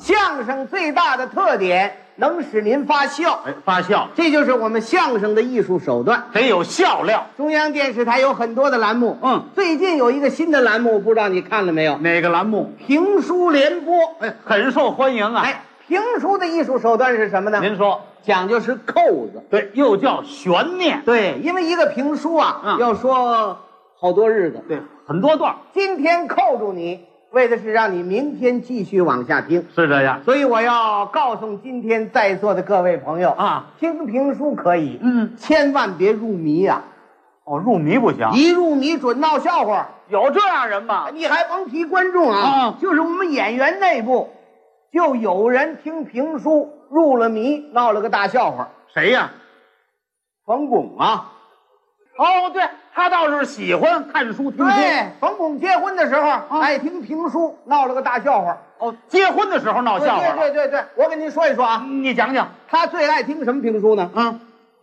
相声最大的特点能使您发笑，哎，发笑，这就是我们相声的艺术手段。得有笑料。中央电视台有很多的栏目，嗯最近有一个新的栏目，不知道你看了没有？哪个栏目？评书联播。哎，很受欢迎啊。哎，评书的艺术手段是什么呢？您说讲究是扣子。对，又叫悬念。对，因为一个评书啊，嗯要说好多日子。，对，很多段儿今天扣住你，为的是让你明天继续往下听。是这样。所以我要告诉今天在座的各位朋友啊，听评书可以，嗯，千万别入迷呀、哦，入迷不行。一入迷准闹笑话。有这样人吗？你还甭提观众啊，啊就是我们演员内部，就有人听评书入了迷，闹了个大笑话。谁呀、冯巩啊，哦，对他倒是喜欢看书听书。对，啊冯巩结婚的时候、爱听评书，闹了个大笑话。哦，结婚的时候闹笑话了。对对对对，我给您说一说啊，你讲讲。他最爱听什么评书呢？嗯，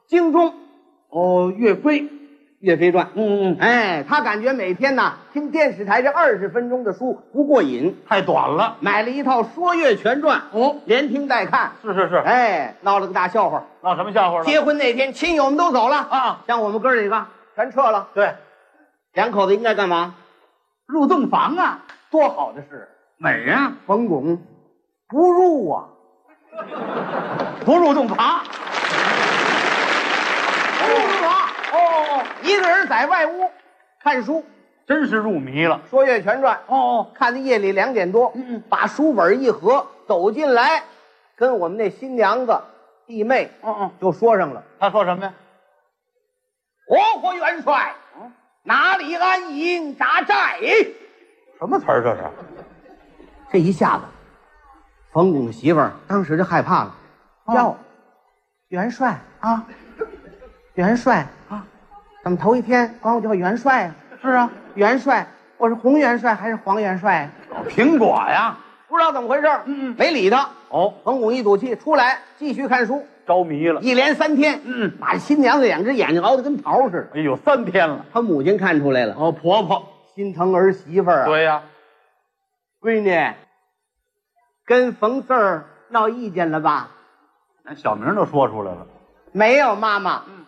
京钟《哦，岳飞。岳飞传》。嗯嗯，哎，他感觉每天呐听电视台这二十分钟的书不过瘾，太短了。买了一套《说岳全传》，哦，连听带看。是是是，哎，闹了个大笑话。闹什么笑话了？结婚那天，亲友们都走了啊，像我们哥儿几个全撤了，对，两口子应该干嘛？入洞房啊，多好的事！美呀、冯巩不入啊，不入洞房。不入啊，哦，一个人在外屋看书，真是入迷了。 《说岳全传》，哦，看到夜里两点多，嗯嗯把书本一合，走进来，跟我们那新娘子弟妹哦哦，就说上了。他说什么呀？活活元帅，哪里安营扎寨？什么词儿这是？这一下子，冯巩的媳妇儿当时就害怕了。哦哟、元帅，啊，元帅啊，怎么头一天管我叫元帅啊？是啊，元帅，我是红元帅还是黄元帅啊？苹果呀。不知道怎么回事，嗯嗯没理他。哦，冯巩一赌气出来，继续看书，着迷了。一连三天，嗯嗯把新娘子两只眼睛熬得跟桃似的。哎呦，三天了。他母亲看出来了，哦，婆婆。心疼儿媳妇儿啊。对呀、闺女，跟冯四儿闹意见了吧？连小名都说出来了。没有，妈妈，嗯，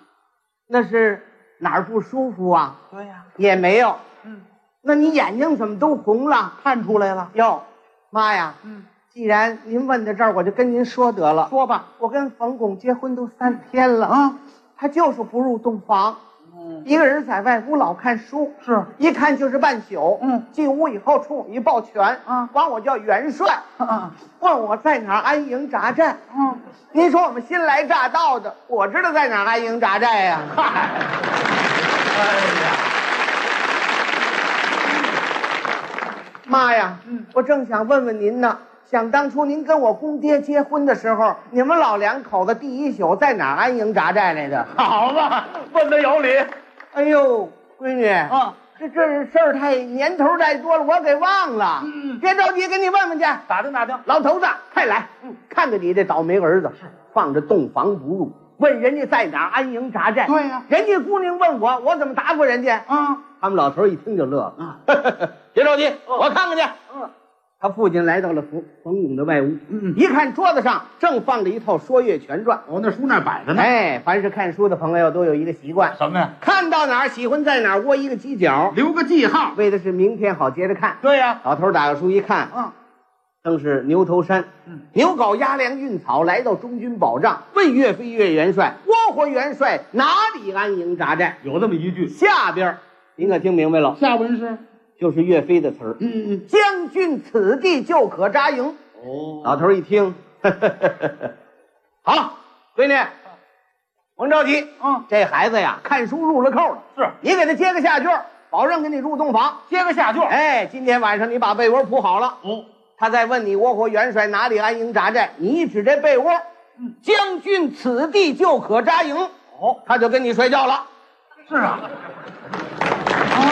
那是哪儿不舒服啊？对呀、也没有。嗯，那你眼睛怎么都红了？看出来了。哟，妈呀，嗯，既然您问到这儿，我就跟您说得了。说吧。我跟冯巩结婚都三天了啊，他就是不入洞房，嗯，一个人在外屋老看书，是一看就是半宿。嗯，进屋以后冲我一抱拳，啊管我叫元帅，啊，问我在哪儿安营扎寨。嗯， 您说我们新来乍到的，我知道在哪儿安营扎寨呀、 嗨，哎呀，妈呀，嗯我正想问问您呢。想当初您跟我公爹结婚的时候，你们老两口子第一宿在哪儿安营扎寨来的？ 好吧，问的有理。哎呦，闺女啊，啊，这这事儿太年头太多了，我给忘了。嗯别着急，给你问问去。打听打嗯听。老头子，快来！看着你这倒霉儿子，放着洞房不入，问人家在哪儿安营扎寨。对呀人家姑娘问我，我怎么答复人家？啊，他们老头一听就乐了， 别着急，我看看去。哦嗯，他父亲来到了冯冯巩的外屋，嗯一看桌子上正放着一套《说岳全传我哦那书那摆着》。呢。哎，凡是看书的朋友都有一个习惯，什么呀？看到哪儿喜欢在哪儿窝一个犄角，留个记号。为的是明天好接着看。对呀、老头儿打开书一看，嗯，正是牛头山。嗯牛皋压粮运草，来到中军保障，问岳飞岳元帅：“窝火元帅哪里安营扎寨 有这么一？”句。下边儿您可听明白了，下文是，就是岳飞的词儿。嗯嗯，将军此地就可扎营。哦，老头儿一听， 好了，闺女，甭着急，嗯，这孩子呀，看书入了扣了，是你给他接个下句儿，保证给你入洞房。接个下句。哎，今天晚上你把被窝铺好了。哦，他再问你窝火元帅哪里安营扎寨，你一指这被窝，嗯将军此地就可扎营，哦，他就跟你睡觉了。是啊。啊，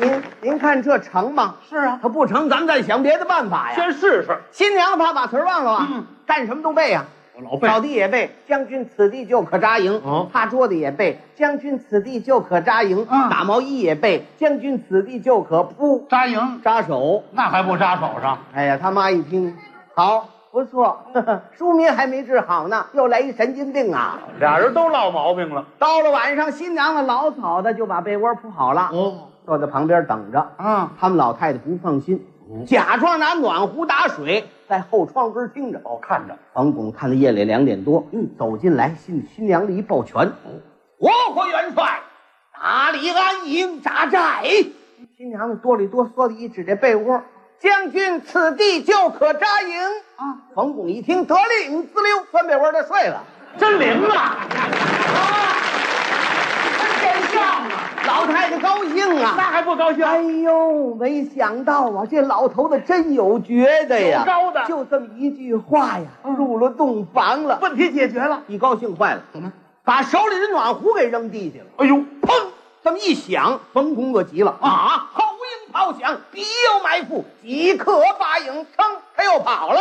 您您看这成吗？是啊，他不成，咱们再想别的办法呀。先试试。新娘怕把词儿忘了啊，嗯干什么都背呀、老背草地也背，将军此地就可扎营哦；趴桌子也背，将军此地就可扎营；啊打毛衣也背，将军此地就可扑扎营，扎手。那还不扎手上？哎呀，他妈一听，好，不错， 呵呵书民还没治好呢，又来一神经病啊！俩人都落毛病了。到了晚上，新娘子老早的就把被窝铺好了，哦，坐在旁边等着。啊，他们老太太不放心，假装拿暖壶打水，在后窗根听着。哦，看着，王巩看到夜里两点多，嗯，哦走进来，心里新娘子一抱拳，活活元帅，打理安营扎寨。新娘子哆里哆嗦的一指这被窝，将军此地就可扎营啊！冯巩一听得令，滋溜翻被窝就睡了。真灵啊！真像啊！老太太高兴那啊！还不高兴？哎呦，没想到啊，这老头子真有觉得呀，有高的嗯就这么一句话呀，入了洞房了。问题解决了。一高兴坏了，怎么把手里的暖壶给扔地下了？哎呦，砰！这么一响，冯巩就急了啊后营炮响，敌有埋伏，即刻拔营，噌，他又跑了。